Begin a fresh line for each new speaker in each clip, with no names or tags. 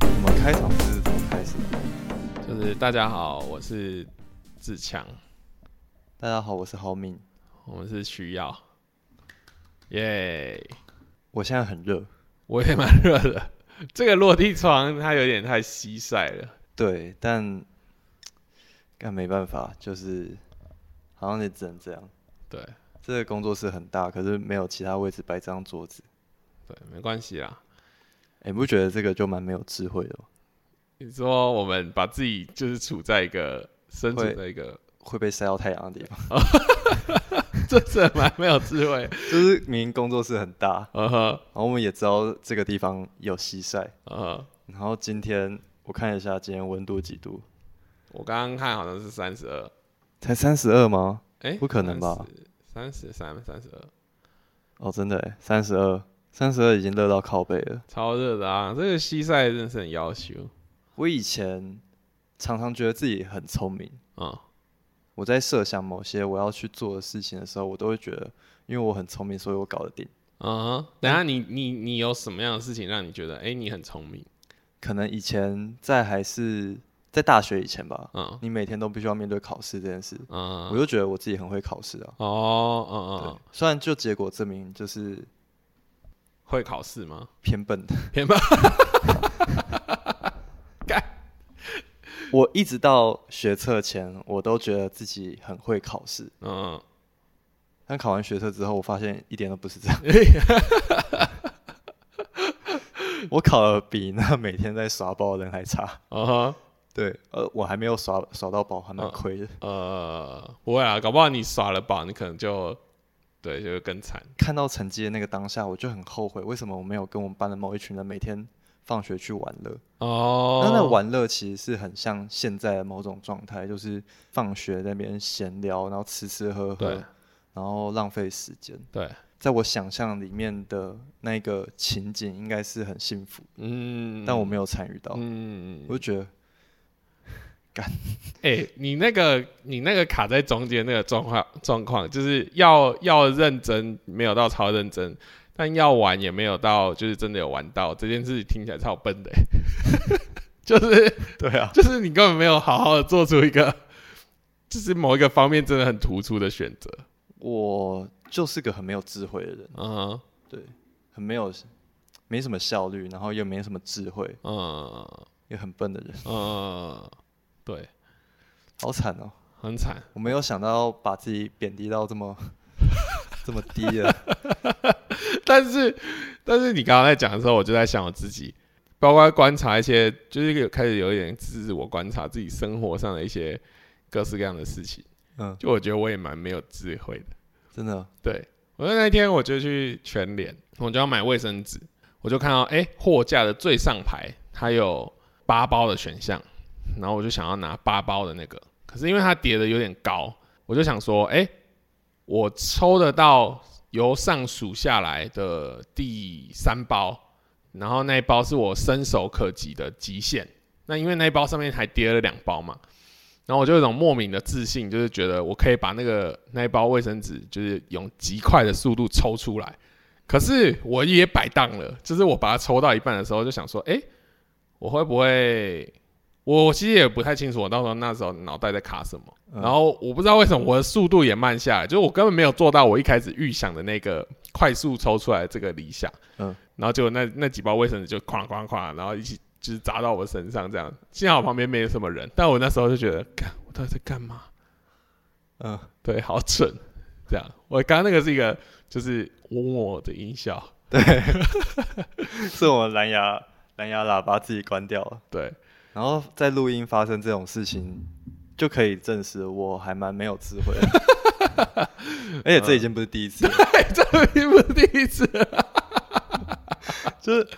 我们开场是怎么开始的？
就是大家好，我是志强，
大家好，我是郝敏，
我们是需要，耶、
我现在很热，
我也蛮热的。这个落地窗它有点太西晒了，
对，但但没办法，就是好像也只能这样。
对
这个工作室很大，可是没有其他位置摆张桌子。
对，没关系啦。
哎、你不觉得这个就蛮没有智慧的吗？
你说我们把自己就是处在一个身处
会
在一个，
会被晒到太阳的地方，
这是蛮没有智慧。
就是明明工作室很大，
呃呵
然后我们也知道这个地方有西晒，
呃呵，
然后今天我看一下今天温度几度，
我刚刚看好像是三十二，
才三十二吗？
哎，
不可能吧？
三十三、三十二，
哦，真的，三十二，三十二已经热到靠背了。
超热的啊！这个西晒真的是很要求
我以前常常觉得自己很聪明，
啊、
我在设想某些我要去做的事情的时候，我都会觉得，因为我很聪明，所以我搞得定。
嗯哼，等一下你你你有什么样的事情让你觉得哎、诶你很聪明？
可能以前在还是在大学以前吧，
嗯
你每天都必须要面对考试这件事，我
嗯，
就觉得我自己很会考试啊。
哦，嗯
对
嗯，，
虽然就结果证明就是
会考试吗？
偏笨的，
偏吧，
我一直到学测前，我都觉得自己很会考试，
嗯，
但考完学测之后，我发现一点都不是这 样。
哎
我考的比那每天在耍宝的人还差。
嗯哼，
对，呃，我还没有耍耍到宝，还蛮
嗯
亏的。
呃，不会啊，搞不好你耍了宝，你可能就对，就会更惨。
看到成绩的那个当下，我就很后悔，为什么我没有跟我们班的某一群人每天放学去玩乐？
哦，
那那玩乐其实是很像现在的某种状态，就是放学在那边闲聊，然后吃吃喝喝
对，
然后浪费时间。
对，
在我想象里面的那个情景应该是很幸福，
嗯，
但我没有参与到，
嗯，
我就觉得
哎、你那个你那个卡在中间那个状况状况，就是要要认真，没有到超认真，但要玩也没有到，就是真的有玩到这件事，听起来超笨的、欸 就是
对啊，
就是你根本没有好好的做出一个，就是某一个方面真的很突出的选择。
我就是个很没有智慧的人，
嗯
对，很没有，没什么效率，然后又没什么智慧，
嗯
也很笨的人，
嗯，对，
好惨哦！
很惨。
我没有想到把自己贬低到这么 这么低的，
但是，但是你刚刚在讲的时候，我就在想我自己，包括观察一些，就是有开始有一点自我观察自己生活上的一些各式各样的事情。
嗯，
就我觉得我也蛮没有智慧的。
真的，
对我那天我就去全联，我就要买卫生纸，我就看到哎、诶货架的最上排它有八包的选项，然后我就想要拿八包的那个，可是因为它叠的有点高，我就想说哎、诶我抽得到由上数下来的第三包，然后那一包是我伸手可及的极限。那因为那一包上面还叠了两包嘛，然后我就有一种莫名的自信，就是觉得我可以把那个那一包卫生纸，就是用极快的速度抽出来。可是我也摆荡了，就是我把它抽到一半的时候，就想说，哎、我会不会？我我其实也不太清楚，我到时候那时候脑袋在卡什么。
嗯
然后我不知道为什么我的速度也慢下来，就是我根本没有做到我一开始预想的那个快速抽出来的这个理想。
嗯，
然后结果那那几包卫生纸就哐哐哐，然后一起就是砸到我身上这样。幸好我旁边没有什么人，但我那时候就觉得，干，我到底在干嘛？
嗯，
对，好蠢，这样。我刚刚那个是一个就是嗡嗡的音效，
是我们蓝牙蓝牙喇叭自己关掉了，
对，
然后在录音发生这种事情，就可以证实我还蛮没有智慧的， 而且这已经不是第一次了。
这并不是第一次。
就是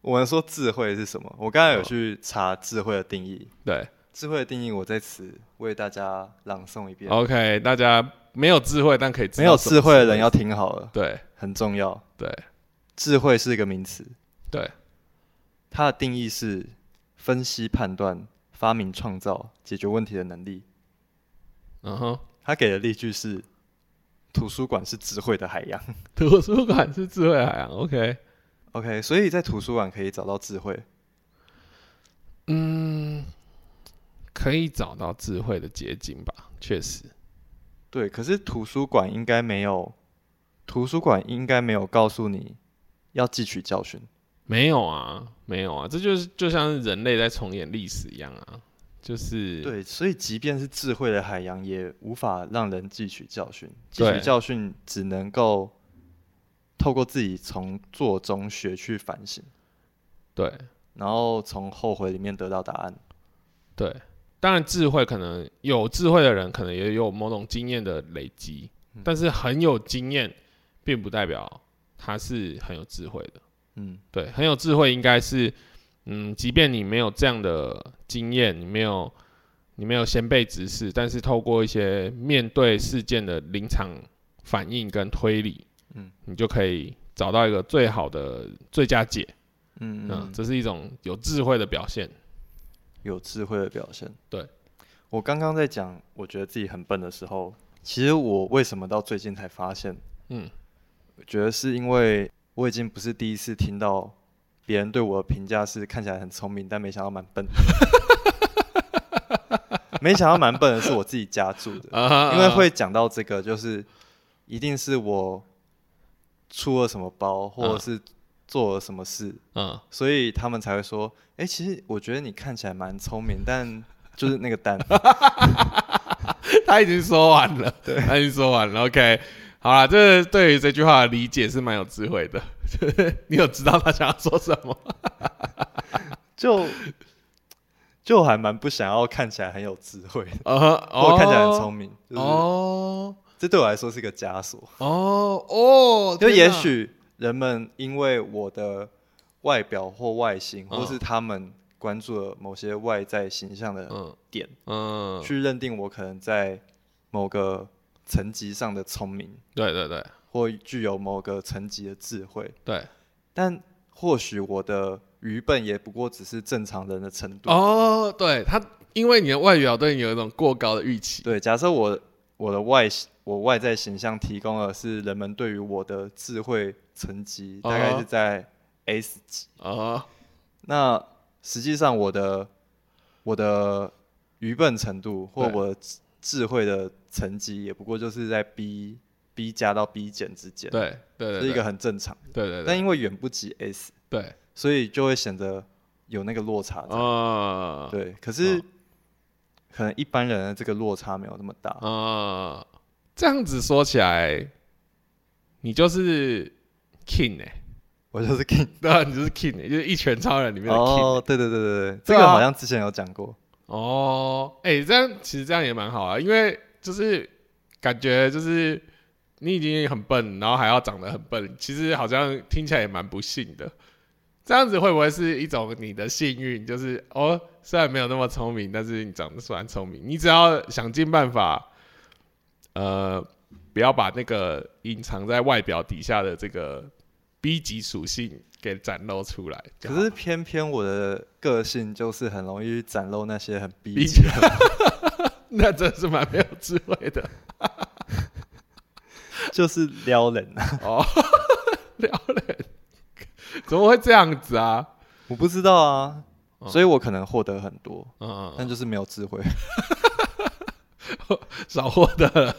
我们说智慧是什么？我刚才有去查智慧的定义，
对
智慧的定义我在此为大家朗诵一遍。
，OK，大家没有智慧，但可以哦知道
没有
什么是
智慧的人要听好了，
对
很重要。
对
智慧是一个名词，
对，
它的定义是分析判断、发明创造解决问题的能力。
嗯哼，
他给的例句是：图书馆是智慧的海洋。
图书馆是智慧海洋，OK，
OK，所以在图书馆可以找到智慧。
嗯，可以找到智慧的结晶吧，确实，
对，可是图书馆应该没有，图书馆应该没有告诉你要汲取教训。
没有啊，没有啊，这就是就像是人类在重演历史一样啊，就是
对，所以即便是智慧的海洋，也无法让人汲取教训。汲
对
取教训只能够透过自己从做中学去反省，
对
然后从后悔里面得到答案。
对，当然智慧可能有智慧的人，可能也有某种经验的累积，但是很有经验，并不代表他是很有智慧的。
嗯，
对，很有智慧应该是，嗯，即便你没有这样的经验，你没有你没有先辈知识，但是透过一些面对事件的临场反应跟推理，
嗯，
你就可以找到一个最好的最佳解。
嗯
嗯，
嗯，
这是一种有智慧的表现。
有智慧的表现。
对，
我刚刚在讲我觉得自己很笨的时候，其实我为什么到最近才发现，
嗯，
我觉得是因为我已经不是第一次听到别人对我的评价是看起来很聪明，但没想到蛮 笨的没想到蛮笨的是我自己加注的，
啊
因为会讲到这个，就是一定是我出了什么包，或者
嗯
是做了什么事，
嗯
所以他们才会说，哎、其实我觉得你看起来蛮聪明， 但就是那个蛋，
他已经说完了，他已经说完了。OK，好啦，这对于这句话的理解是蛮有智慧的。 你有知道他想要说什么？
就 就还蛮不想要看起来很有智慧的，
啊、
或者看起来很聪明，就是、
哦
这对我来说是个枷锁。
哦哦，
就
天
也
哪
许人们因为我的外表或外形，
嗯
或是他们关注了某些外在形象的
嗯
点，
嗯，
去认定我可能在某个层级上的聪明，
对对对
或具有某个层级的智慧，
对，
但或许我的愚笨也不过只是正常人的程度。
哦，对他，因为你的外表对你有一种过高的预期，
对，假设我我的外形我外在形象提供的是人们对于我的智慧层级，大概
哦
是在 S 级。
哦
那实际上我的我的愚笨程度或
对
我的智智慧的层级，也不过就是在 B B 加到 B 减之间，
对对对，
是一个
对
很正常的。
对对对
但因为远不及 S，
对，
所以就会显得有那个落差在。
哦
对，可是
哦
可能一般人的这个落差没有那么大。
哦，这样子说起来，你就是 king 哎，
我就是 king。
对啊，你就是 king，欸就是一拳超人里面的 king 欸。
哦，对对对对对，这
对啊
个好像之前有讲过。
哦，哎、这样其实这样也蛮好啊，因为就是感觉就是你已经很笨，然后还要长得很笨，其实好像听起来也蛮不幸的。这样子会不会是一种你的幸运？就是哦，虽然没有那么聪明，但是你长得虽然聪明，你只要想尽办法，呃，不要把那个隐藏在外表底下的这个 B 级属性给展露出来。
可是偏偏我的个性就是很容易去展露那些很逼
逼
急
急
的
那真是蛮没有智慧的。
就是撩人啊！
哦， 撩人，怎么会这样子啊？
我不知道啊，
哦
所以我可能获得很多，
嗯，
但就是没有智慧。
少获得了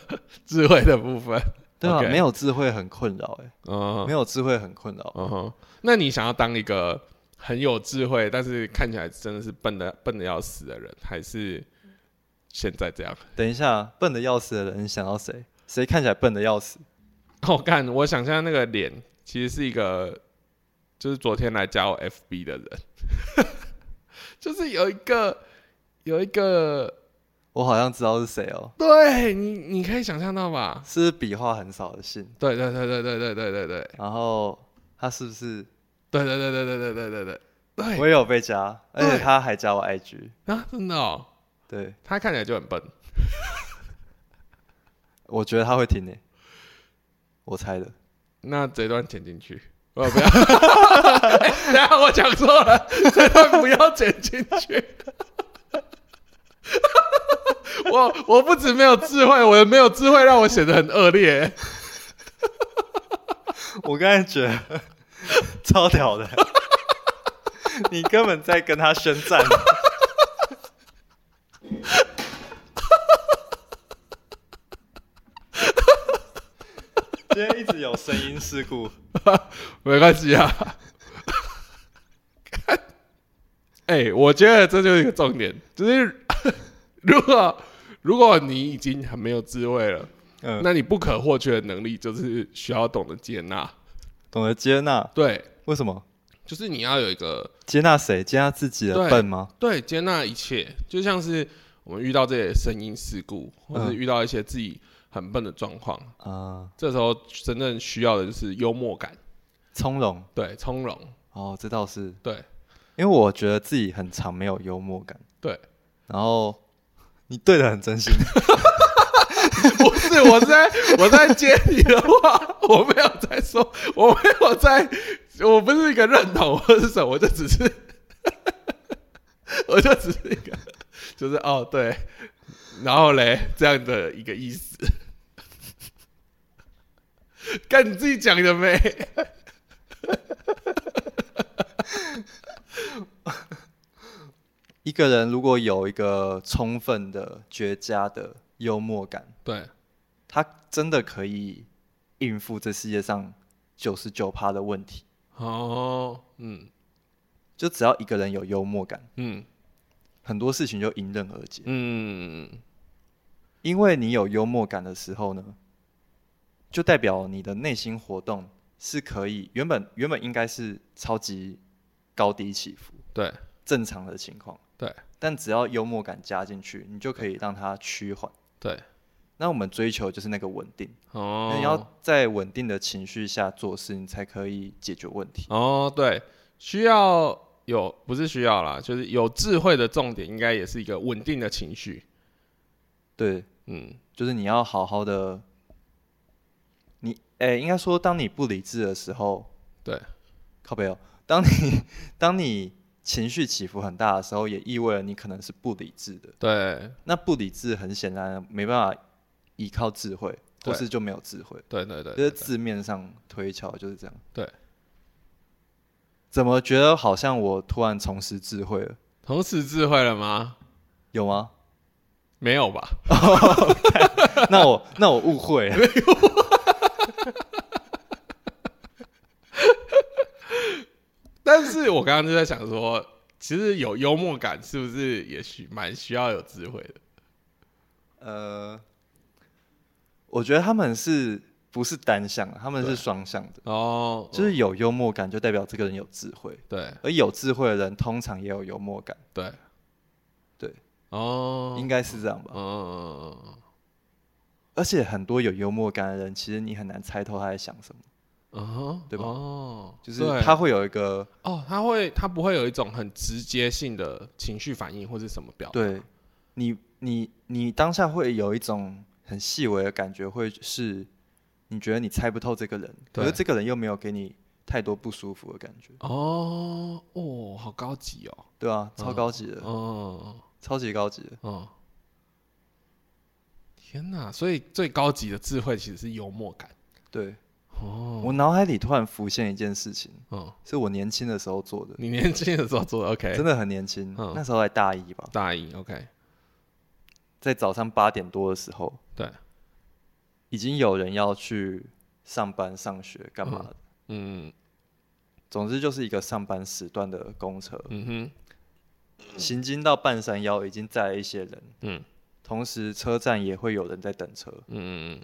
智慧的部分。
对啊，
OK
没有智慧很困扰哎，
嗯，
没有智慧很困扰。
嗯哼，那你想要当一个很有智慧，但是看起来真的是笨的笨的要死的人，还是现在这样？
等一下，笨的要死的人，你想到谁？谁看起来笨的要死？
我、 哦、看，我想象那个脸其实是一个，就是昨天来加我 FB 的人， 就是有一个有一个，
我好像知道是谁哦，
对你你可以想象到吧？
是不是笔画很少的信，
对对对对对对对对对。
然后他是不是
对对对对对对对对对
我
对
也有被加，而且
对
他还加我 IG。
啊！真的哦，
对，
他看起来就很笨，
我觉得他会听你，我猜的。
那这段剪进 去，我不要。哎等一下我讲错了，这段不要剪进去。 我我不止没有智慧，我的没有智慧让我显得很恶劣、
我刚才觉 得超屌的，你根本在跟他宣战。今天一直有声音事故，
没关系啊。看 哎、我觉得这就是一个重点，就是如果如果你已经很没有智慧了，
嗯，
那你不可或缺的能力就是需要懂得接纳。
懂得接纳，
对，
为什么？
就是你要有一个
接纳谁？接纳自己的
对
笨吗？
对接纳一切，就像是我们遇到这些声音事故，或是遇到一些自己很笨的状况，
啊、
这时候真正需要的就是幽默感，
从容
对，从容，
哦，这倒是
对，
因为我觉得自己很常没有幽默感。
对，
然后你对的很真心，
不是，我是在我在接你的话，我没有在说，我没有在，我不是一个认同或是什么，我就只是， 我就只是一个，就是哦对，然后嘞这样的一个意思。 干你自己讲的没？
一个人如果有一个充分的、绝佳的幽默感，
对，
他真的可以应付这世界上九十九趴的问题。
哦，嗯
就只要一个人有幽默感，
嗯
很多事情就迎刃而解。
嗯，
因为你有幽默感的时候呢，就代表你的内心活动是可以原本原本应该是超级高低起伏，
对
正常的情况。
对，
但只要幽默感加进去，你就可以让它趋缓。
对，
那我们追求就是那个稳定，
哦，
你要在稳定的情绪下做事，你才可以解决问题。
哦，对，需要有不是需要啦，就是有智慧的重点，应该也是一个稳定的情绪。
对，
嗯，
就是你要好好的，你哎、应该说，当你不理智的时候，
对，
靠背哦，当你当你情绪起伏很大的时候，也意味着你可能是不理智的。
对，
那不理智很显然没办法依靠智慧，或
对
是就没有智慧。
对，对，对，
就是
对
字面上推敲就是这样。
对。
怎么觉得好像我突然重拾智慧了？
同时智慧了吗？
有吗？
没有吧？
那我那我误会 了。
但是我刚刚就在想说，其实有幽默感是不是也需蛮需要有智慧的？
呃，我觉得他们是不是单向的？他们是双向的，
哦，
就是有幽默感就代表这个人有智慧，
对
而有智慧的人通常也有幽默感，
对
对，
哦，
应该是这样吧。
嗯，
而且很多有幽默感的人，其实你很难猜透他在想什么，
嗯，
对吧
哦，
就是
对
他会有一个
哦，他会他不会有一种很直接性的情绪反应或是什么表达？
对你，你你当下会有一种很细微的感觉，会是你觉得你猜不透这个人，可是
对
这个人又没有给你太多不舒服的感觉，
哦哦，好高级哦！
对啊，超高级的，
哦
超级高级的，
哦，天哪！所以最高级的智慧其实是幽默感。
对
哦，
我脑海里突然浮现一件事情，
嗯，
是我年轻的时候做的，
你年轻的时候做的 OK，
真的很年轻，
哎嗯
那时候还大一吧，
大意 OK，
在早上八点多的时候，
对，
已经有人要去上班、上学干嘛的，
嗯
总之就是一个上班时段的公车，
嗯哼，
行经到半山腰，已经载了一些人，
嗯
同时车站也会有人在等车。
嗯嗯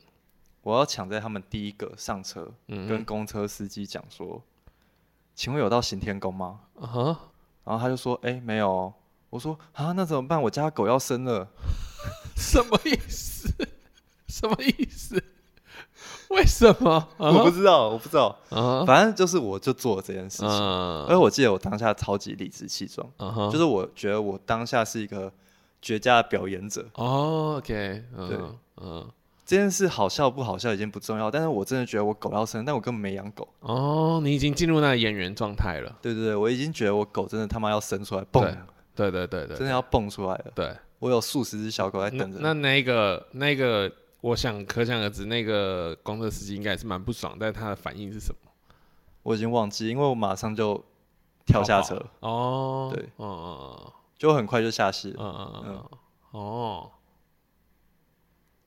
我要抢在他们第一个上车，
嗯
跟公车司机讲说：“请问有到行天宫吗
嗯啊，？”
然后他就说：“哎、没有哦。”我说：“啊，那怎么办？我家狗要生了。
什么意思？什么意思？为什么？
我不
啊
知道，我不知道，
啊
反正就是我就做了这件事情。而
嗯
我记得我当下超级理直气壮，
嗯哼
呃就是我觉得我当下是一个绝佳的表演者。
哦 OK，嗯嗯
这件事好笑不好笑已经不重要，但是我真的觉得我狗要生，但我根本没养狗。
哦，你已经进入那个演员状态了。
对对对，我已经觉得我狗真的他妈要生出来蹦了，
对对对对
真的要蹦出来了。
对，
我有数十只小狗在等着。
那那个那个，我想可想而知，那个公车司机应该也是蛮不爽，但他的反应是什么？
我已经忘记，因为我马上就跳下车，
哦，
对，
嗯嗯
就很快就下戏
嗯
了。
嗯嗯嗯，哦，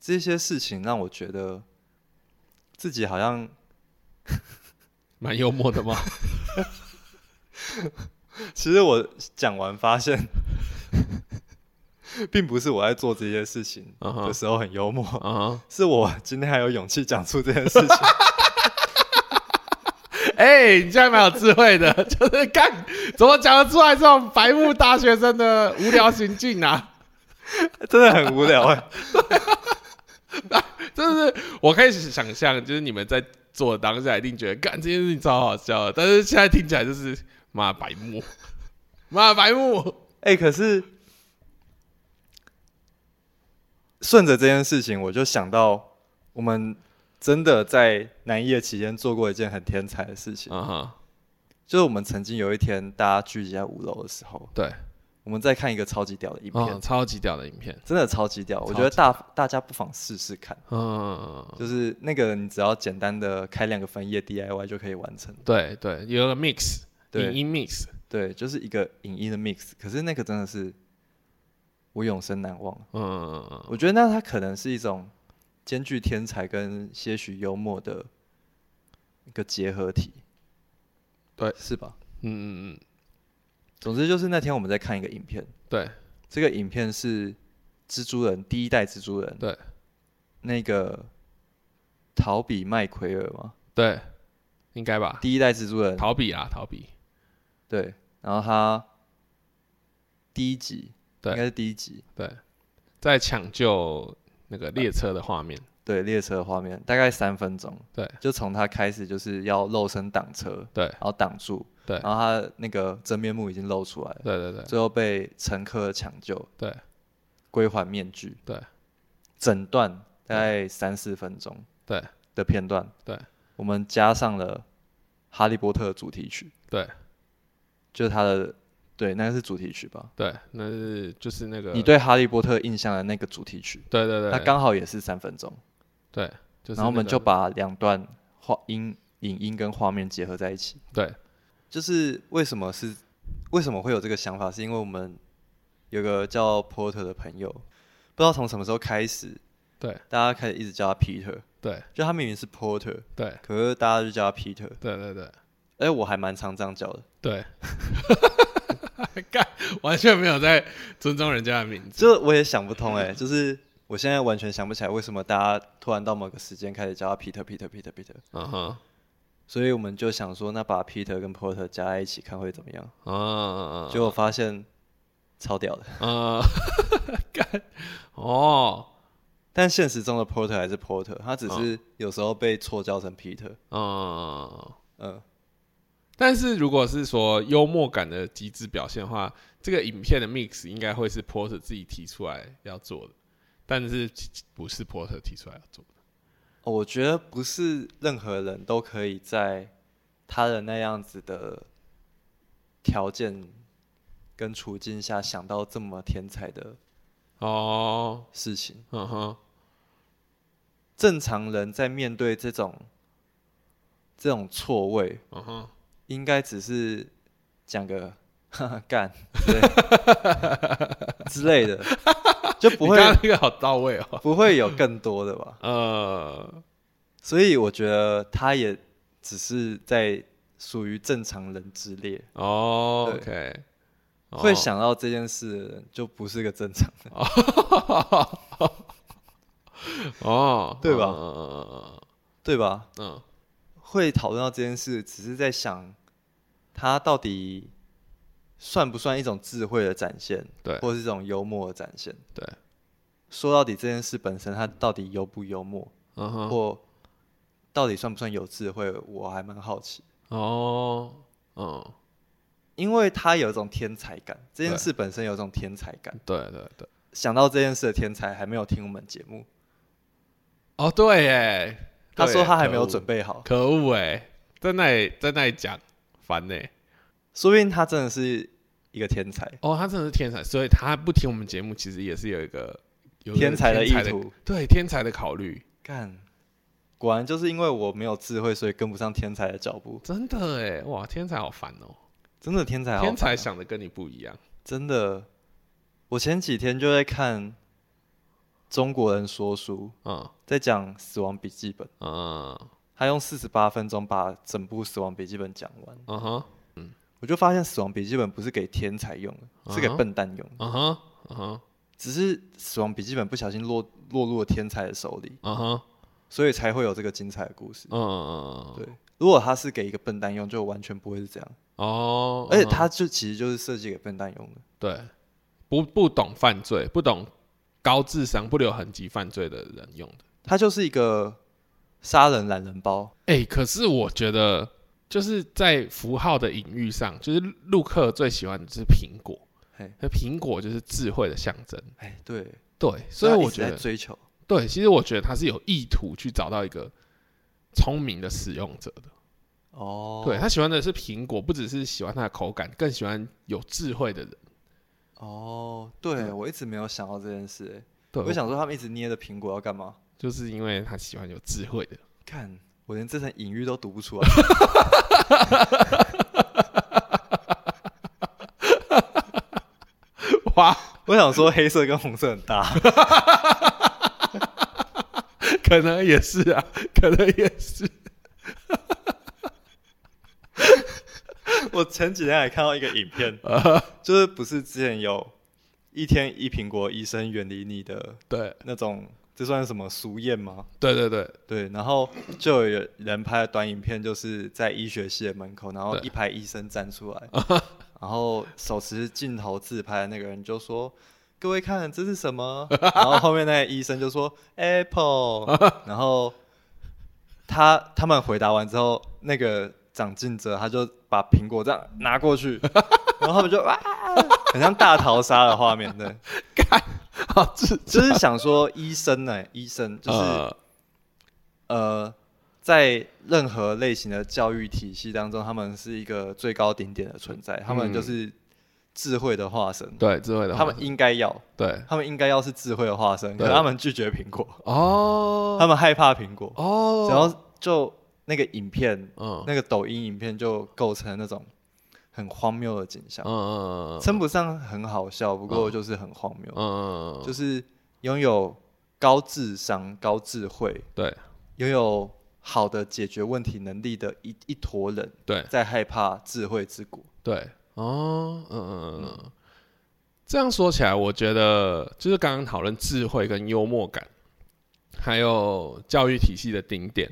这些事情让我觉得自己好像
蛮幽默的嘛。
其实我讲完发现，并不是我在做这些事情
嗯
的
哼，
时候很幽默，
嗯哼，
是我今天还有勇气讲出这件事情。
哎，你这样蛮有智慧的， 就是干怎么讲得出来这种白目大学生的无聊行径啊？
真的很无聊哎、
真的是，我可以想象，就是你们在做的当下一定觉得干这件事情超好笑的，但是现在听起来就是妈白目，妈白目。
哎、可是顺着这件事情，我就想到我们真的在南夜期间做过一件很天才的事情，
嗯哼，
就是我们曾经有一天大家聚集在五楼的时候，
对，
我们在看一个超级屌的影片，
哦，超级屌的影片，
真的超级屌，我
超
觉得大大家不妨试试看，
嗯，
就是那个你只要简单的开两个分页 DIY 就可以完成，
对对，有个 mix，影
对
音 mix，
对，就是一个影音的 mix，可是那个真的是我永生难忘。
嗯，
我觉得那他可能是一种兼具天才跟些许幽默的一个结合体，
对，
是吧？
嗯嗯嗯，
总之就是那天我们在看一个影片，
对，
这个影片是蜘蛛人第一代蜘蛛人，
对，
那个陶比麦奎尔嘛，
对，应该吧，
第一代蜘蛛人，
逃避啦，逃避，
对，然后他第一集，
对
应该是第一集，
对，在抢救那个列车的画面，
对，列车的画面大概三分钟，
对，
就从他开始就是要露身挡车，
对，
然后挡住，
对
然后他那个真面目已经露出来了，
对对对
最后被乘客抢救，
对，
归还面具，
对，
整段大概三四分钟，
对
的片段，
对，
我们加上了《哈利波特》的主题曲，
对，
就是他的，对，那个是主题曲吧？
对，那是就是那个
你，对《哈利波特》印象的那个主题曲，
对对对，
它刚好也是三分钟，
对，就是
然后我们
那
就
个
把两段画音、影音跟画面结合在一起。
对
就是为什么是为什么会有这个想法，是因为我们有个叫 Porter 的朋友，不知道从什么时候开始，
对，
大家开始一直叫他 Peter，
对
就他明明是 Porter，
对
可是大家就叫他 Peter，
对对对
哎，我还蛮常这样叫的，
对，干完全没有在尊重人家的名字，
这我也想不通哎、就是我现在完全想不起来为什么大家突然到某个时间开始叫他 Peter Peter Peter Peter，
嗯哼，
所以我们就想说，那把 Peter 跟 Porter 加在一起看会怎么样？
嗯，
结果发现超屌的，
呃， 干哦，
但现实中的 Porter 还是 Porter，他只是有时候被错叫成 Peter。
嗯，
嗯，
但是如果是说幽默感的极致表现的话，这个影片的 mix 应该会是 Porter 自己提出来要做的，但是不是 Porter 提出来要做的？
哦我觉得不是任何人都可以在他人那样子的条件跟处境下想到这么天才的
哦，
事情。
嗯哼，
正常人在面对这种这种错位，
嗯哼，
应该只是讲个哈哈干 对之类的，就不
你刚
会
刚那个好嗯到位哦。
不会有更多的吧。
呃，
所以我觉得他也只是在属于正常人之列，
哦
对
，OK，哦
会想到这件事的人就不是个正常人。
哦，
对吧
嗯
对吧？
嗯嗯
会讨论到这件事，只是在想他到底算不算一种智慧的展现，
哦对
或是一种幽默的展现。
对，
说到底这件事本身，它到底幽不幽默，
嗯哼，
或到底算不算有智慧，我还蛮好奇。
哦，嗯，
因为他有一种天才感，这件
对
事本身有一种天才感。
对对对。
想到这件事的天才还没有听我们节目，
哦，对耶，
他
对
说
耶
他还没有准，备好，
可恶可恶哎，在那里在那里讲，烦呢。
说不定他真的是一个天才，
哦，他真的是天才，所以他不听我们节目，其实也是有一个有一个
天才的
的
意图。
对天才的考虑，
干，果然就是因为我没有智慧，所以跟不上天才的脚步。
真的哎，哇，天才好烦哦、
真的天才好，
天才想的跟你不一样，
真的。我前几天就在看中国人说书，
嗯
在讲《死亡笔记本》，
嗯
他用四十八分钟把整部《死亡笔记本》讲完。
嗯哼
我就发现，《死亡笔记本》不是给天才用的，是给
啊哈
笨蛋用的。
嗯哼嗯哼
只是《死亡笔记本》不小心落落入了天才的手里，
嗯哼
所以才会有这个精彩的故事。
嗯嗯
对，如果他是给一个笨蛋用，就完全不会是这样。
哦，
而且
嗯
他就其实就是设计给笨蛋用的。
对不不懂犯罪，不懂高智商不留痕迹犯罪的人用的。
他就是一个杀人懒人包，
哎、可是我觉得就是在符号的隐喻上，就是陆克最喜欢的就是苹果
嘿，
那苹果就是智慧的象征。
哎，对，
对，所以
他一
我
直
觉
在
得
追求
对，其实我觉得他是有意图去找到一个聪明的使用者的。
哦，
对他喜欢的是苹果，不只是喜欢它的口感，更喜欢有智慧的人。
哦，对我一直没有想到这件事、哎
对，
我想说他们一直捏着苹果要干嘛？
就是因为他喜欢有智慧的人。
看我连这层隐喻都读不出来，
哇，
我想说黑色跟红色很搭，
可能也是啊，可能也是。
我前几天还看到一个影片，就是不是之前有一天一苹果医生远离你的
对，
那种，这算是什么俗谚吗？
对对对，
对，然后就有人拍的短影片，就是在医学系的门口，然后
对
一排医生站出 来，然后手持镜头自拍的那个人就说：“各位看，这是什 么？”然后后面那个医生就说：“Apple。” 然后他他们回答完之后，那个长进者他就把苹果这样拿过去， 然后他们就啊，很像大逃杀的画 面，对，
好啊智
就是想说医生呢、医生就是。
呃
呃，在任何类型的教育体系当中，他们是一个最高顶点的存在，他们就是智慧的化身。
嗯对智慧的
他
话
们应该要，
对
他们应该要是智慧的化身，可是
对
他们拒绝苹果，
哦
他们害怕苹果，
哦，
然后就那个影片，
嗯
那个抖音影片就构成那种很荒谬的景象
嗯，嗯嗯
称不上很好笑，不过就是很荒
嗯
谬，
嗯，
就是是拥有高智商、高智慧，
对
拥有好的解决问题能力的一一坨人，
对
在害怕智慧之谷。
对哦，嗯嗯嗯嗯，这样说起来，我觉得就是刚刚讨论智慧跟幽默感，还有教育体系的顶点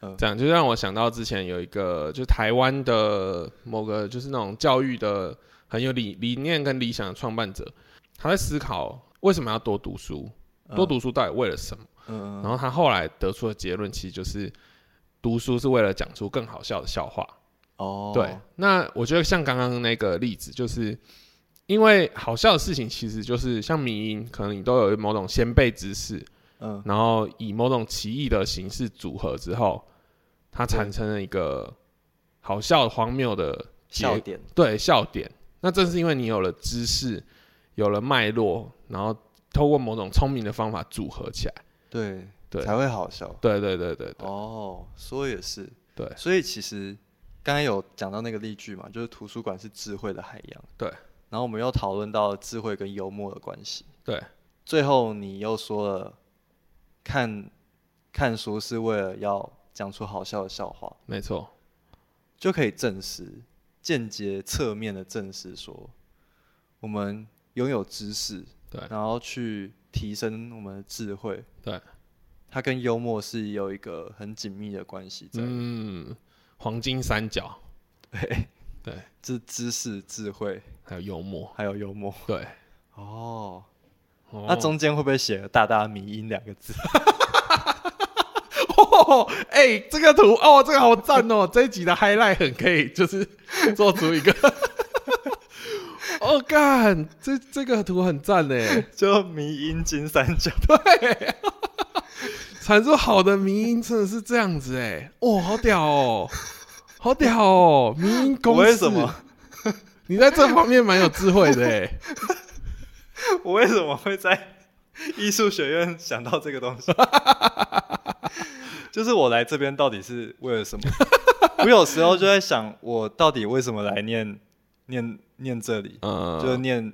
嗯。
这样就让我想到之前有一个，就台湾的某个就是那种教育的很有理理念跟理想的创办者，他在思考为什么要多读书，多读书到底为了什么？
嗯，
然后他后来得出的结论其实就是，读书是为了讲出更好笑的笑话。
哦，
对，那我觉得像刚刚那个例子，就是因为好笑的事情，其实就是像迷因，可能你都有某种先辈知识，
嗯，
然后以某种奇异的形式组合之后，它产生了一个好笑荒谬的结
笑点，
对笑点。那正是因为你有了知识，有了脉络，然后透过某种聪明的方法组合起来。
对
对
才会好笑。
对对对对对
哦，说也是，
对
所以其实刚才有讲到那个例句嘛，就是图书馆是智慧的海洋。
对，
然后我们又讨论到智慧跟幽默的关系。
对，
最后你又说了，看看书是为了要讲出好笑的笑话。
没错。
就可以证实，间接侧面的证实说，我们拥有知识，
对
然后去提升我们的智慧，
对，
它跟幽默是有一个很紧密的关系在，
嗯，黄金三角
这 知识、智慧
还有幽默，
还有幽默。
对，
哦，
哦
那中间会不会写了大大迷音两个字？
哦，哎、这个图哦，这个好赞哦！这一集的 highlight 很可以，就是做出一个。 哦，干，这这个图很赞哎呢，
就迷音金三角，
阐述好的迷音真的是这样子哎，哦，好屌哦，好屌哦，迷音公
我
式
为什么？
你在这方面蛮有智慧的哎、
我为什么会在 艺术学院想到这个东西？ 就是我来这边到底是为了 什么？我有时候就在想，我到底为什么来念念念这里，就是
嗯
念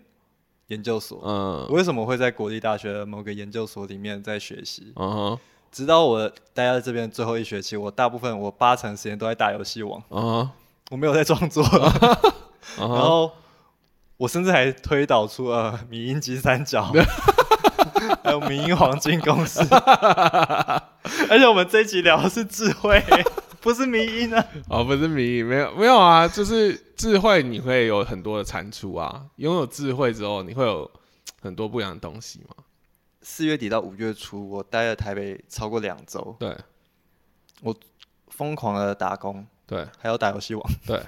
研究所。我
嗯
为什么会在国立大学的某个研究所里面在学习？
嗯哼
直到我待在这边最后一学期，我大部分我八成时间都在打游戏王，
嗯哼
我没有在创作。
嗯
然
哼
后我甚至还推导出呃 迷因金三 角，还有迷因黄金公司， 而且我们这一集聊的是智慧，不是迷因啊。
哦，不是迷，没有没有啊，就是智慧，你会有很多的产出啊。拥有智慧之后，你会有很多不一样的东西嘛。
四月底到五月初，我待在台北超过两周，
对
疯狂的打工，
对
还有打游戏王。
对，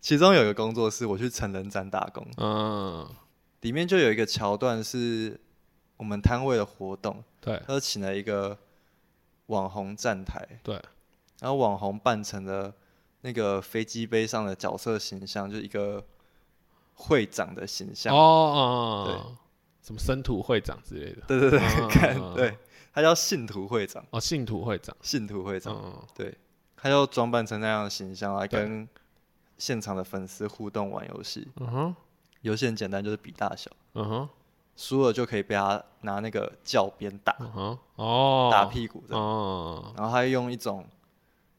其中有一个工作是我去成人展打工，
嗯，
里面就有一个桥段是我们摊位的活动，
对
他就请了一个网红站台，
对，
然后网红扮成了那个飞机杯上的角色形象，就是一个会长的形
哦
象。
哦，哦什么生徒会长之类的，
对对对，
嗯
看、
嗯嗯
对，他叫信徒会长，
哦，信徒会长，
信徒会长，
嗯，
对，他就装扮成那样的形象来
对
跟现场的粉丝互动玩游戏。
嗯哼，
游戏很简单，就是比大小，
嗯哼，
输了就可以被他拿那个教鞭打、
嗯哼，哦，
打屁股的。
哦，
然后他用一种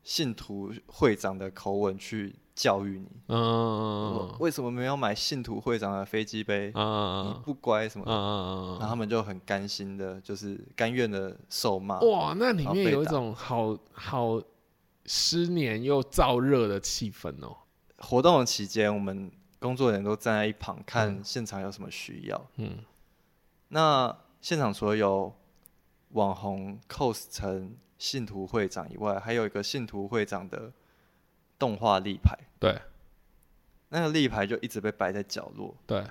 信徒会长的口吻去教育你，我
嗯，
为什么没有买信徒会长的飞机杯？你
嗯
不乖什么的？然后
嗯
他们就很甘心的，就是甘愿的受骂。
哇，那里面有一种好好湿黏又燥热的气氛哦。
活动的期间，我们工作人员都站在一旁看现场有什么需要。
嗯
那现场除了有网红 cos 成信徒会长以外，还有一个信徒会长的动画立牌，
对
那个立牌就一直被摆在角落。
对，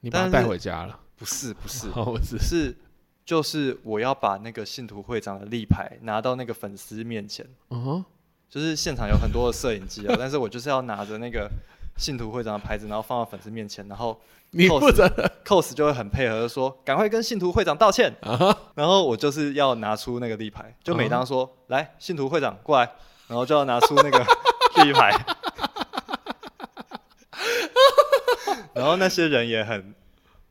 你把它
但
带
是
回 家了，
不是不是，
好，我只是
是就是我要把那个信徒会长的立牌拿到那个粉丝面前。
嗯哼，
就是现场有很多的摄影机啊，但是我就是要拿着那个信徒会长的牌子，然后放到粉丝面前，然后
你负责
cos 就会很配合的说，赶快跟信徒会长道歉。
啊哈，啊
然后我就是要拿出那个立牌，就每当说、来信徒会长过来，然后就要拿出那个 立 牌。然后那些人也很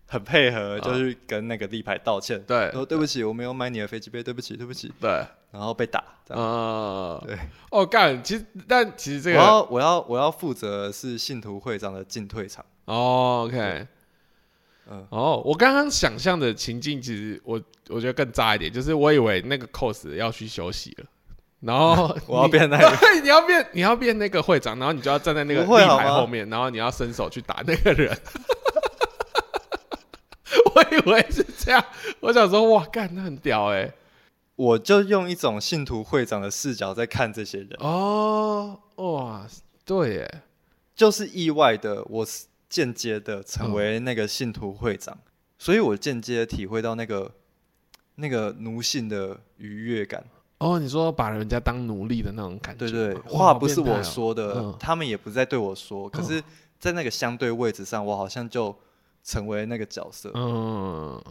很配
啊
合，就是跟那个立牌道歉，
对
说对不起，我没有买你的飞机杯，对不起，对嗯不起，
对，
然后被打。这样
呃，
对，
哦，干，其实但其实这
我
个
要我要我要负责的是信徒会长的进退场，
哦，OK，
嗯
哦，我刚刚想象的情境，其实我我觉得更炸一点，就是我以为那个 cos 要去休息了，然后
我要
你
变那个
对，你要变，你要变那个会长，然后你就要站在那个
不会
立
好
牌
吗
后面，然后你要伸手去打那个人。 我以为是这样，我想说，哇，干，那很屌哎、
我就用一种信徒会长的视角在看这些人，
哦，哇，对耶，
就是意外的，我是间接的成为那个信徒会长，
嗯
所以我间接体会到那个那个奴性的愉悦感。
哦，你说把人家当奴隶的那种感觉
对
吗，
对，
哇
话不是
好变态
我
哦
说的，
嗯
他们也不再对我说，可是，在那个相对位置上，我好像就成为那个角色。
嗯，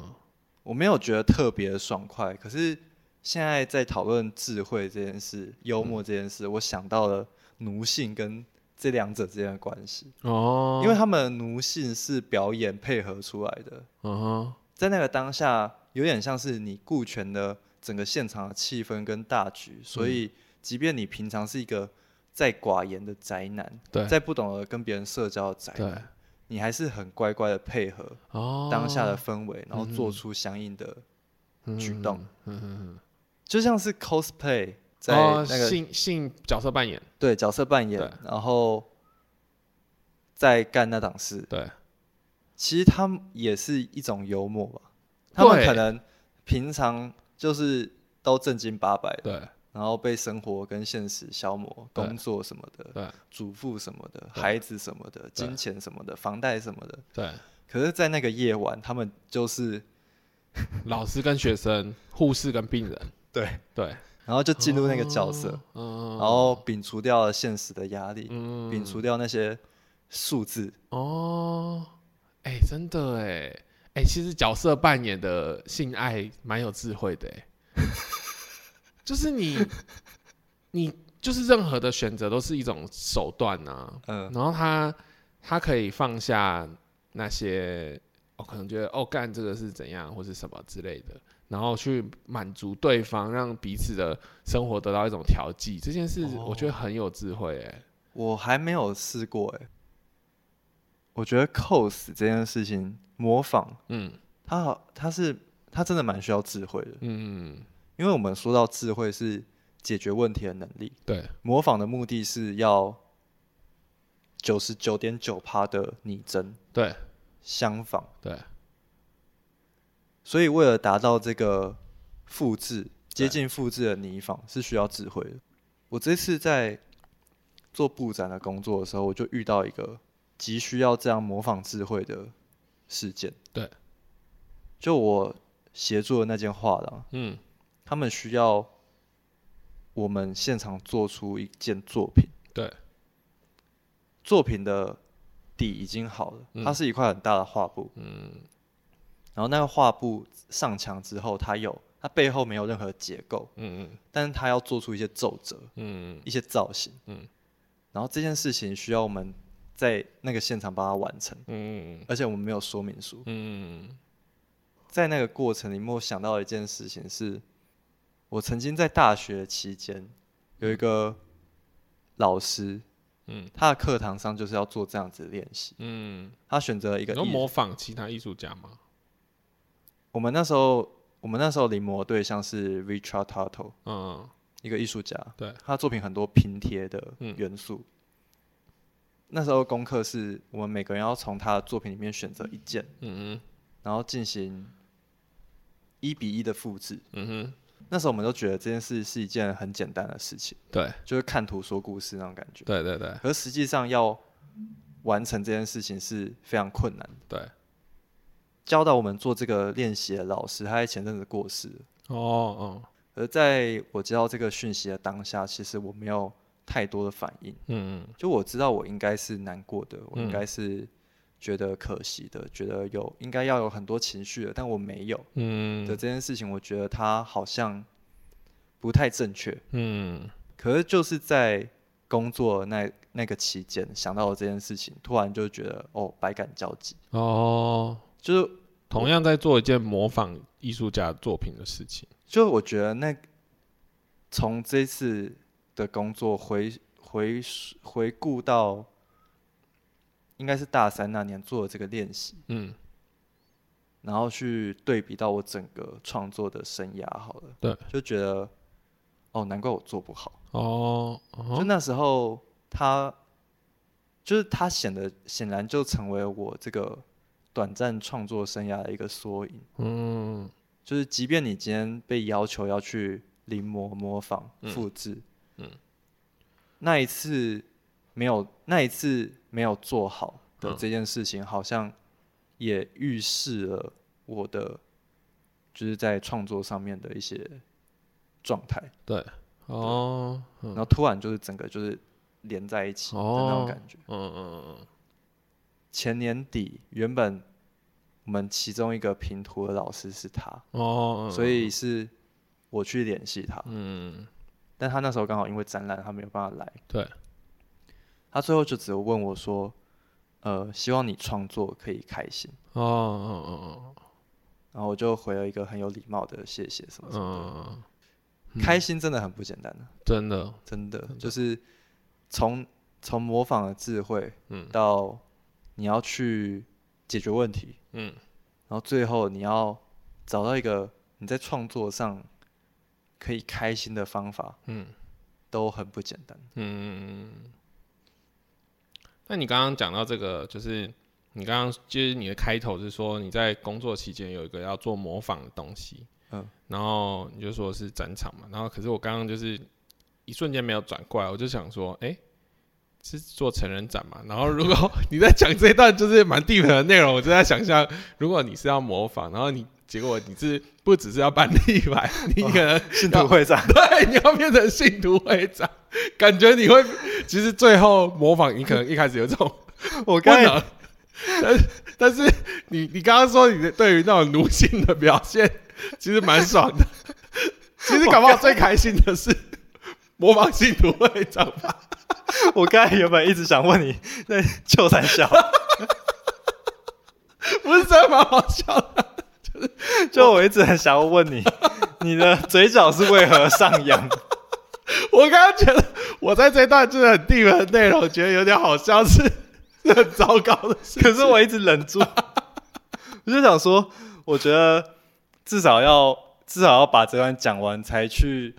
我没有觉得特别爽快，可是现在在讨论智慧这件事、幽
嗯
默这件事，我想到了奴性跟这两者之间的关系，
哦，
因为他们的奴性是表演配合出来的，
嗯哼，
在那个当下有点像是你顾全了整个现场的气氛跟大
嗯
局，所以即便你平常是一个再寡言的宅男，
对
再不懂得跟别人社交的宅
对
男，，你还是很乖乖的配合
哦，
当下的氛围，然后做
嗯
出相应的
举
举动。，
嗯嗯嗯，
就像是 cosplay 在
哦，
那个、
性性角色扮演，
对角色扮演
对，
然后在干那档事，
对，
其实他们也是一种幽默吧。他们
对
可能平常就是都正经八百的，
对，
然后被生活跟现实消磨，
对
工作什么的，
对，
主妇什么的，
对
孩子什么的，金钱什么的，房贷什么的。
对，
可是，在那个夜晚，他们就是
老师跟学生，护士跟病人，
对，
对，
然后就进入那个角色，
嗯，
然后摒除掉了现实的压力，
嗯
摒除掉那些数字，
哦，哎、真的哎，哎、其实角色扮演的性爱蛮有智慧的哎，就是你，你就是任何的选择都是一种手段啊，
嗯，
然后他他可以放下那些，哦，可能觉得哦干这个是怎样或是什么之类的，然后去满足对方，让彼此的生活得到一种调剂，这件事我觉得很有智慧哎、
我还没有试过哎、我觉得 cos 这件事情模仿，
嗯
它好，它是它真的蛮需要智慧的，
嗯，
因为我们说到智慧是解决问题的能力，
对，
模仿的目的是要九十九点九趴的拟真
对
相仿，
对，
所以为了达到这个复制
对
接近复制的拟仿是需要智慧的。我这次在做布展的工作的时候，我就遇到一个急需要这样模仿智慧的事件。
对，
就我协助的那间画廊，
嗯
他们需要我们现场做出一件作品。
对，
作品的底已经好了，
嗯
它是一块很大的画布。
嗯。
然后那个画布上墙之后，它有它背后没有任何结构，
嗯
但是它要做出一些皱褶、
嗯
一些造型，
嗯，
然后这件事情需要我们在那个现场帮它完成，
嗯
而且我们没有说明书。
嗯
在那个过程里面，我想到一件事情是，我曾经在大学期间有一个老师，
嗯
他的课堂上就是要做这样子的练习，
嗯，
他选择了一个
你都
艺
模仿其他艺术家吗？
我们那时候我们那时候临摹的对象是 Richard Tuttle。
嗯
一个艺术家，
对，
他作品很多拼贴的
嗯
元素。那时候功课是我们每个人要从他的作品里面选择一件，
嗯
然后进行一比一的复制。
嗯嗯
那时候我们都觉得这件事是一件很简单的事情，
对
就是看图说故事那种感觉。
对对对
可实际上要完成这件事情是非常困难的。
对，
教导我们做这个练习的老师，他在前阵子过世了。
哦哦，
而在我接到这个讯息的当下，其实我没有太多的反应。
嗯
就我知道我应该是难过的，我应
嗯
该是觉得可惜的，觉得有应该要有很多情绪的，但我没有的这
嗯
件事情，我觉得它好像不太正确。
嗯
可是就是在工作那那个期间想到了这件事情，突然就觉得哦，百感交集，
哦，
就是
同样在做一件模仿艺术家作品的事情。
就我觉得那从这次的工作回回回顾到。应该是大三那年做的这个练习，
嗯，
然后去对比到我整个创作的生涯好了，
对，
就觉得哦，难怪我做不好。
哦，
就那时候他，就是他显得显然就成为我这个短暂创作生涯的一个缩影。
嗯
就是即便你今天被要求要去临摹、模仿、
嗯
复制，
嗯
那一次没有，那一次没有做好的
嗯
这件事情，好像也预示了我的就是在创作上面的一些状态，
哦，
然后突然就是整个就是连在一起的那种
哦
感觉。
嗯嗯
前年底原本我们其中一个平图的老师是他，
嗯，哦，
所以是我去联系他，
嗯
但他那时候刚好因为展览，他没有办法来。
对，
他最后就只有问我说：“呃，希望你创作可以开心。
哦哦”
然后我就回了一个很有礼貌的谢谢什
哦
么什么的。
嗯，
开心真的很不简单的、
真的，
真的就是从从模仿的智慧，
嗯
到你要去解决问题，
嗯
然后最后你要找到一个你在创作上可以开心的方法，
嗯。
都很不简单。
嗯，那你刚刚讲到这个，就是你刚刚就是你的开头是说你在工作期间有一个要做模仿的东西，
嗯，
然后你就说是展场嘛，然后可是我刚刚就是一瞬间没有转过来，我就想说，哎、是做成人展嘛？然后如果你在讲这一段就是蛮 deep 的内容，我就在想象，如果你是要模仿，然后你结果你是不只是要办立牌， 你可能
信徒会长，
对，你要变成信徒会长，感觉你会，其实最后模仿你可能一开始有这种
我刚
不
才
能。但是但是你你刚刚说你的对于那种奴性的表现，其实蛮爽的。其实搞不好最开心的是模仿性土会长吧？
我刚才原本一直想问你，那就在笑，
不是真的蛮好笑的。
就我一直很想要问你，你的嘴角是为何上扬？
我刚刚觉得我在这一段就是很地的内容，觉得有点好笑，是是很糟糕的事。
可是我一直忍住，我就想说，我觉得至少要至少要把这段讲完，才去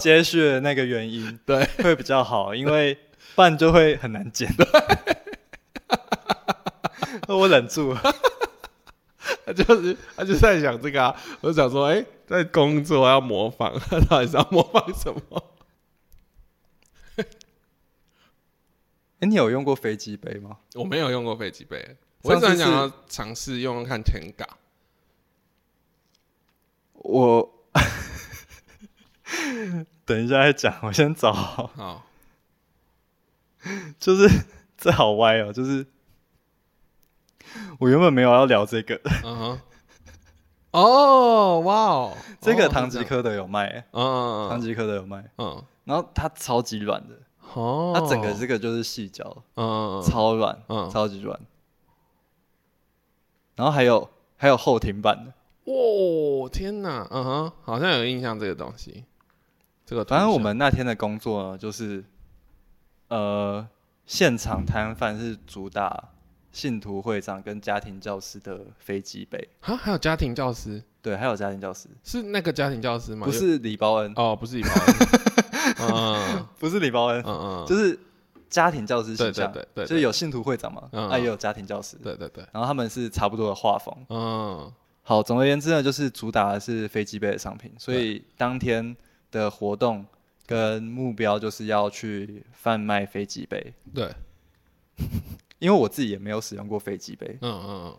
接续的那个原因
对，
会比较好，因为不然就会很难剪。 我忍住了，
他 就是他就是在想这个啊。我就想说，哎、在工作要模仿， 他到底是要模仿什么？
哎，你有用过飞机杯吗？
我没有用过飞机杯，我一
上
直很
次
想
是
要尝试用用看 Tenga。
我 等一下再讲，我先找好。
好，
就是这好歪哦，就是我原本没有要聊这个，
嗯哼，哦，哇哦，
这个
哦
唐吉
是样
诃德有卖，
嗯
唐
嗯
吉诃德有卖，
嗯，
然后它超级软的，
哦，
它整个这个就是细胶，
嗯，嗯
超软
嗯，
超级软。然后还有还有后庭版的，
嗯哇，天哪，嗯哼，好像有印象这个东西，这个图
反正我
像
们那天的工作呢，就是呃，现场摊贩是主打信徒会长跟家庭教师的飞机杯，
啊，还有家庭教师，
对，还有家庭教师，
是那个家庭教师吗？
不
有，
是李包恩，
哦，不是一包， 嗯
不是李包恩
嗯，嗯，
就是是家庭教师
对
形
对
象，
对对，
就是有信徒会长嘛，
嗯
啊也有家庭教师，
对对对，
然后他们是差不多的画风。
嗯
好，总而言之呢，就是主打的是飞机杯的商品，所以当天的活动跟目标就是要去贩卖飞机杯，
对，
因为我自己也没有使用过飞机杯
嗯。嗯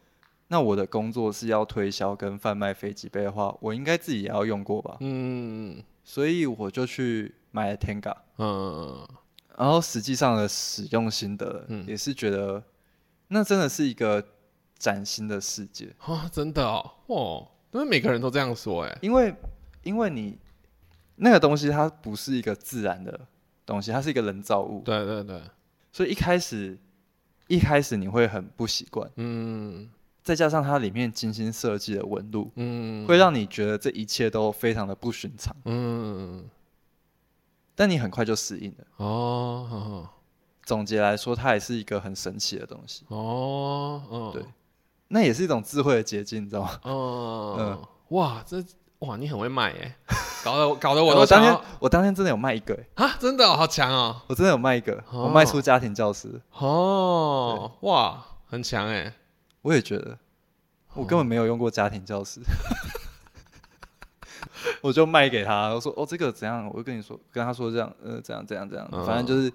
那我的工作是要推销跟贩卖飞机杯的话，我应该自己也要用过吧
嗯，嗯
所以我就去买了 Tenga，
嗯嗯
然后实际上的使用心得，
嗯
也是觉得那真的是一个崭新的世界，
嗯，啊，真的哦，哦，因为每个人都这样说，哎，
因为因为你那个东西它不是一个自然的东西，它是一个人造物，
对对对，
所以一开始一开始你会很不习惯，
嗯
再加上它里面精心设计的纹路，
嗯，
会让你觉得这一切都非常的不寻常，
嗯，
但你很快就适应了。
哦，哦，
总结来说，它也是一个很神奇的东西，
哦，嗯，
对那也是一种智慧的捷径，你知道吗？
哦
嗯，
哇，这哇，你很会卖耶，搞得我搞得我
哎
都
当
想
天
要
我当天真的有卖一个、欸
啊，真的哦好强哦，
我真的有卖一个，
哦
我卖出家庭教师，
哦，哇，很强哎，
我也觉得，
哦
我根本没有用过家庭教师， 我就卖给他，我说哦这个怎样，我就跟你说，跟他说这样，呃怎样怎样怎样，
嗯
反正就是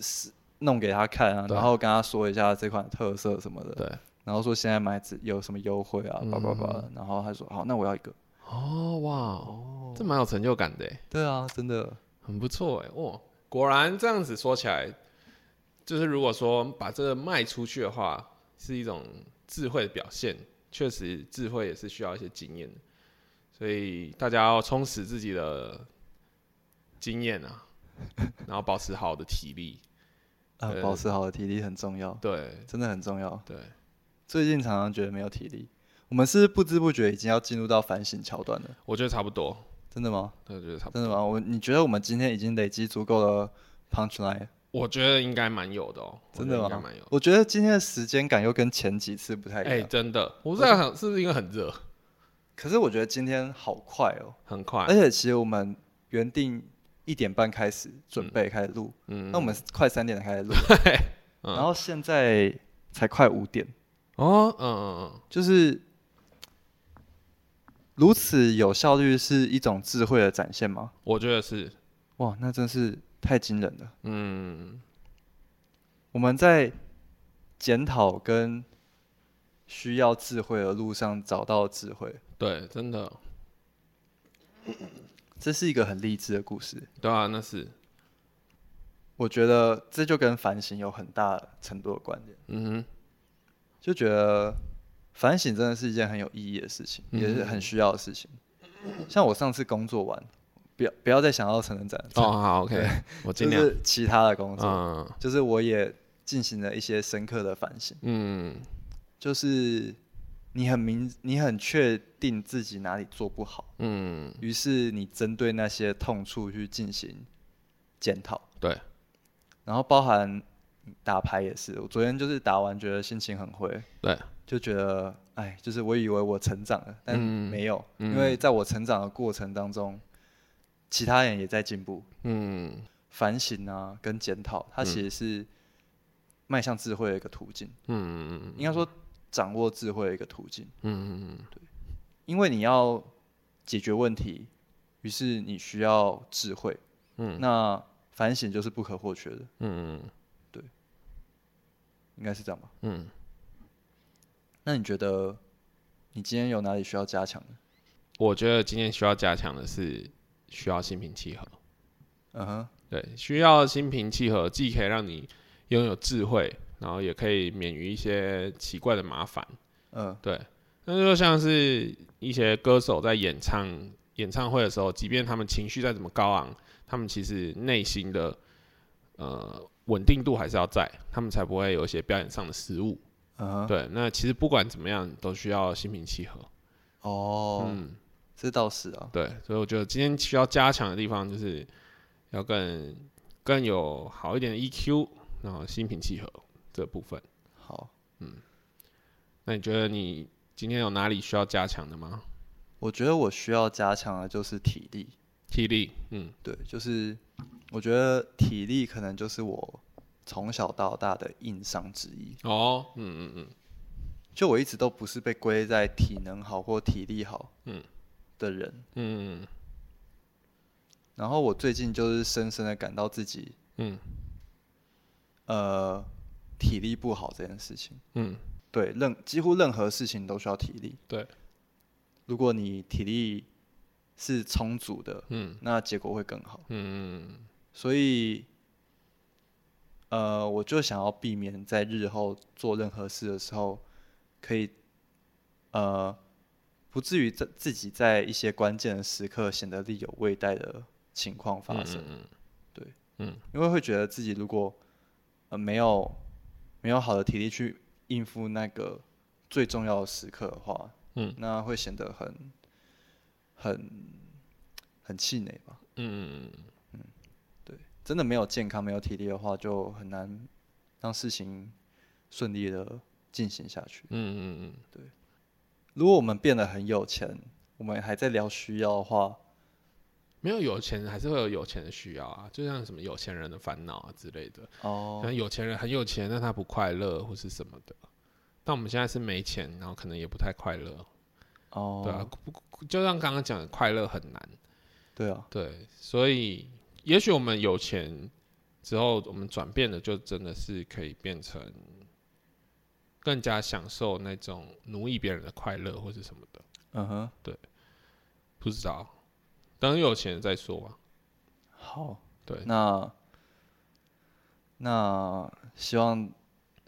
是弄给他看啊，
对
然后跟他说一下这款特色什么的，
对，
然后说现在买只有什么优惠啊，叭叭叭
嗯
的，然后他说好，那我要一个，
哦，哇，这蛮有成就感的耶，
对啊，真的，
很不错哎，哇，果然这样子说起来，就是如果说把这个卖出去的话，是一种智慧的表现。确实，智慧也是需要一些经验的，所以大家要充实自己的经验啊，然后保持好的体力。
呃，
对
保持好的体力很重要，
对
真的很重要。
对，
最近常常觉得没有体力，我们是不是不知不觉已经要进入到反省桥段了，
我觉得差不多，
真的吗？
对我觉得差不
真
多。
的吗？我你觉得我们今天已经累积足够的 punch line？
我觉得应该蛮有的哦、我觉
真
得
的
应
吗
该蛮有的。
我觉得今天的时间感又跟前几次不太一
哎、
样。
真的，我在想是不是因为很热，
可是我觉得今天好快哦，
很快
而，且其实我们原定一点半开始准备开始录，
嗯，
那我们快三点才开始 录，
嗯
然后现在才快五点，
哦，嗯嗯嗯，
就是如此有效率是一种智慧的展现吗？
我觉得是，
哇，那真是太惊人了。
嗯，
我们在检讨跟需要智慧的路上找到智慧，
对，真的，
这是一个很励志的故事。
对啊，那是，
我觉得这就跟反省有很大程度的关联，
嗯
就觉得反省真的是一件很有意义的事情，也
嗯
是很需要的事情。像我上次工作完，不要不要再想到成人展，
哼，哦好，OK，我尽
就
量，
是其他的工作，
嗯
就是我也进行了一些深刻的反省，
嗯
就是你很明，你很确定自己哪里做不好，
嗯，
于是你针对那些痛处去进行检讨，
对，
然后包含打牌也是，我昨天就是打完觉得心情很灰，
对，
就觉得哎，就是我以为我成长了，但
嗯
没有，
嗯
因为在我成长的过程当中，其他人也在进步，
嗯
反省啊跟检讨，它其实是迈向智慧的一个途径，
嗯嗯
应该说掌握智慧的一个途径，
嗯
因为你要解决问题，于是你需要智慧，
嗯，
那反省就是不可或缺的，
嗯
应该是这样吧。
嗯，
那你觉得你今天有哪里需要加强的？
我觉得今天需要加强的是需要心平气和。
嗯哼，
对，需要心平气和，既可以让你拥有智慧，然后也可以免于一些奇怪的麻烦。
嗯
对，那就像是一些歌手在演唱演唱会的时候，即便他们情绪再怎么高昂，他们其实内心的呃稳定度还是要在，他们才不会有一些表演上的失误。
嗯哼，
对，那其实不管怎么样，都需要心平气和。
哦，
嗯，
这倒是啊，
对，所以我觉得今天需要加强的地方就是要更更有好一点的 EQ，然后心平气和这部分。
好，
那你觉得你今天有哪里需要加强的吗？
我觉得我需要加强的就是体力，
体力，嗯
对，就是我觉得体力可能就是我从小到大的硬伤之一。
哦，嗯嗯嗯，
就我一直都不是被归在体能好或体力好，
嗯
的人。
嗯
然后我最近就是深深的感到自己，
嗯
呃，体力不好这件事情。
嗯，
对，任几乎任何事情都需要体力。
对，
如果你体力是充足的，
嗯
那结果会更好。
嗯
所以，呃，我就想要避免在日后做任何事的时候，可以，呃，不至于在自己在一些关键的时刻显得力有未逮的情况发生，
嗯
因为会觉得自己如果呃没有没有好的体力去应付那个最重要的时刻的话，
嗯，
那会显得很很很气馁吧。
嗯
真的没有健康、没有体力的话，就很难让事情顺利的进行下去。
嗯嗯
如果我们变得很有钱，我们还在聊需要的话，
没有有钱人还是会有有钱的需要啊，就像什么有钱人的烦恼啊之类的。可
哦，
能有钱人很有钱，但他不快乐或是什么的。但我们现在是没钱，然后可能也不太快乐，
哦，
对啊，，不不就像刚刚讲的，快乐很难，
对啊，
对，所以也许我们有钱之后，我们转变的就真的是可以变成更加享受那种奴役别人的快乐或是什么的，
嗯哼，
不知道，等有钱再说吧。
好，
对，
那那希望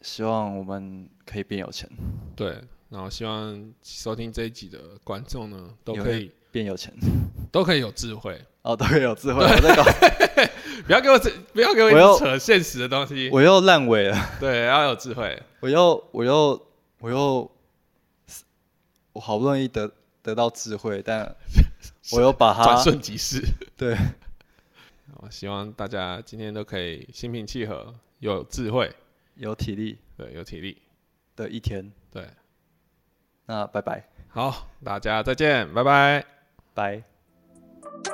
希望我们可以变有钱，
对，然后希望收听这一集的观众呢，都
有
可
人
以
变有钱
都可以有智慧，
哦，对，有智慧，我 在搞，
不要给我扯，不要给我一
我又
直扯现实的东西。
我又烂尾了，
对，要有智慧。
我又我又我又我好不容易得得到智慧， 但我又把它
转瞬即逝。
对，
我希望大家今天都可以心平气和，有智慧，
有体力
对，有体力，
的一天。
对。
那拜拜，
好，大家再见，拜拜。
拜。
「どんなに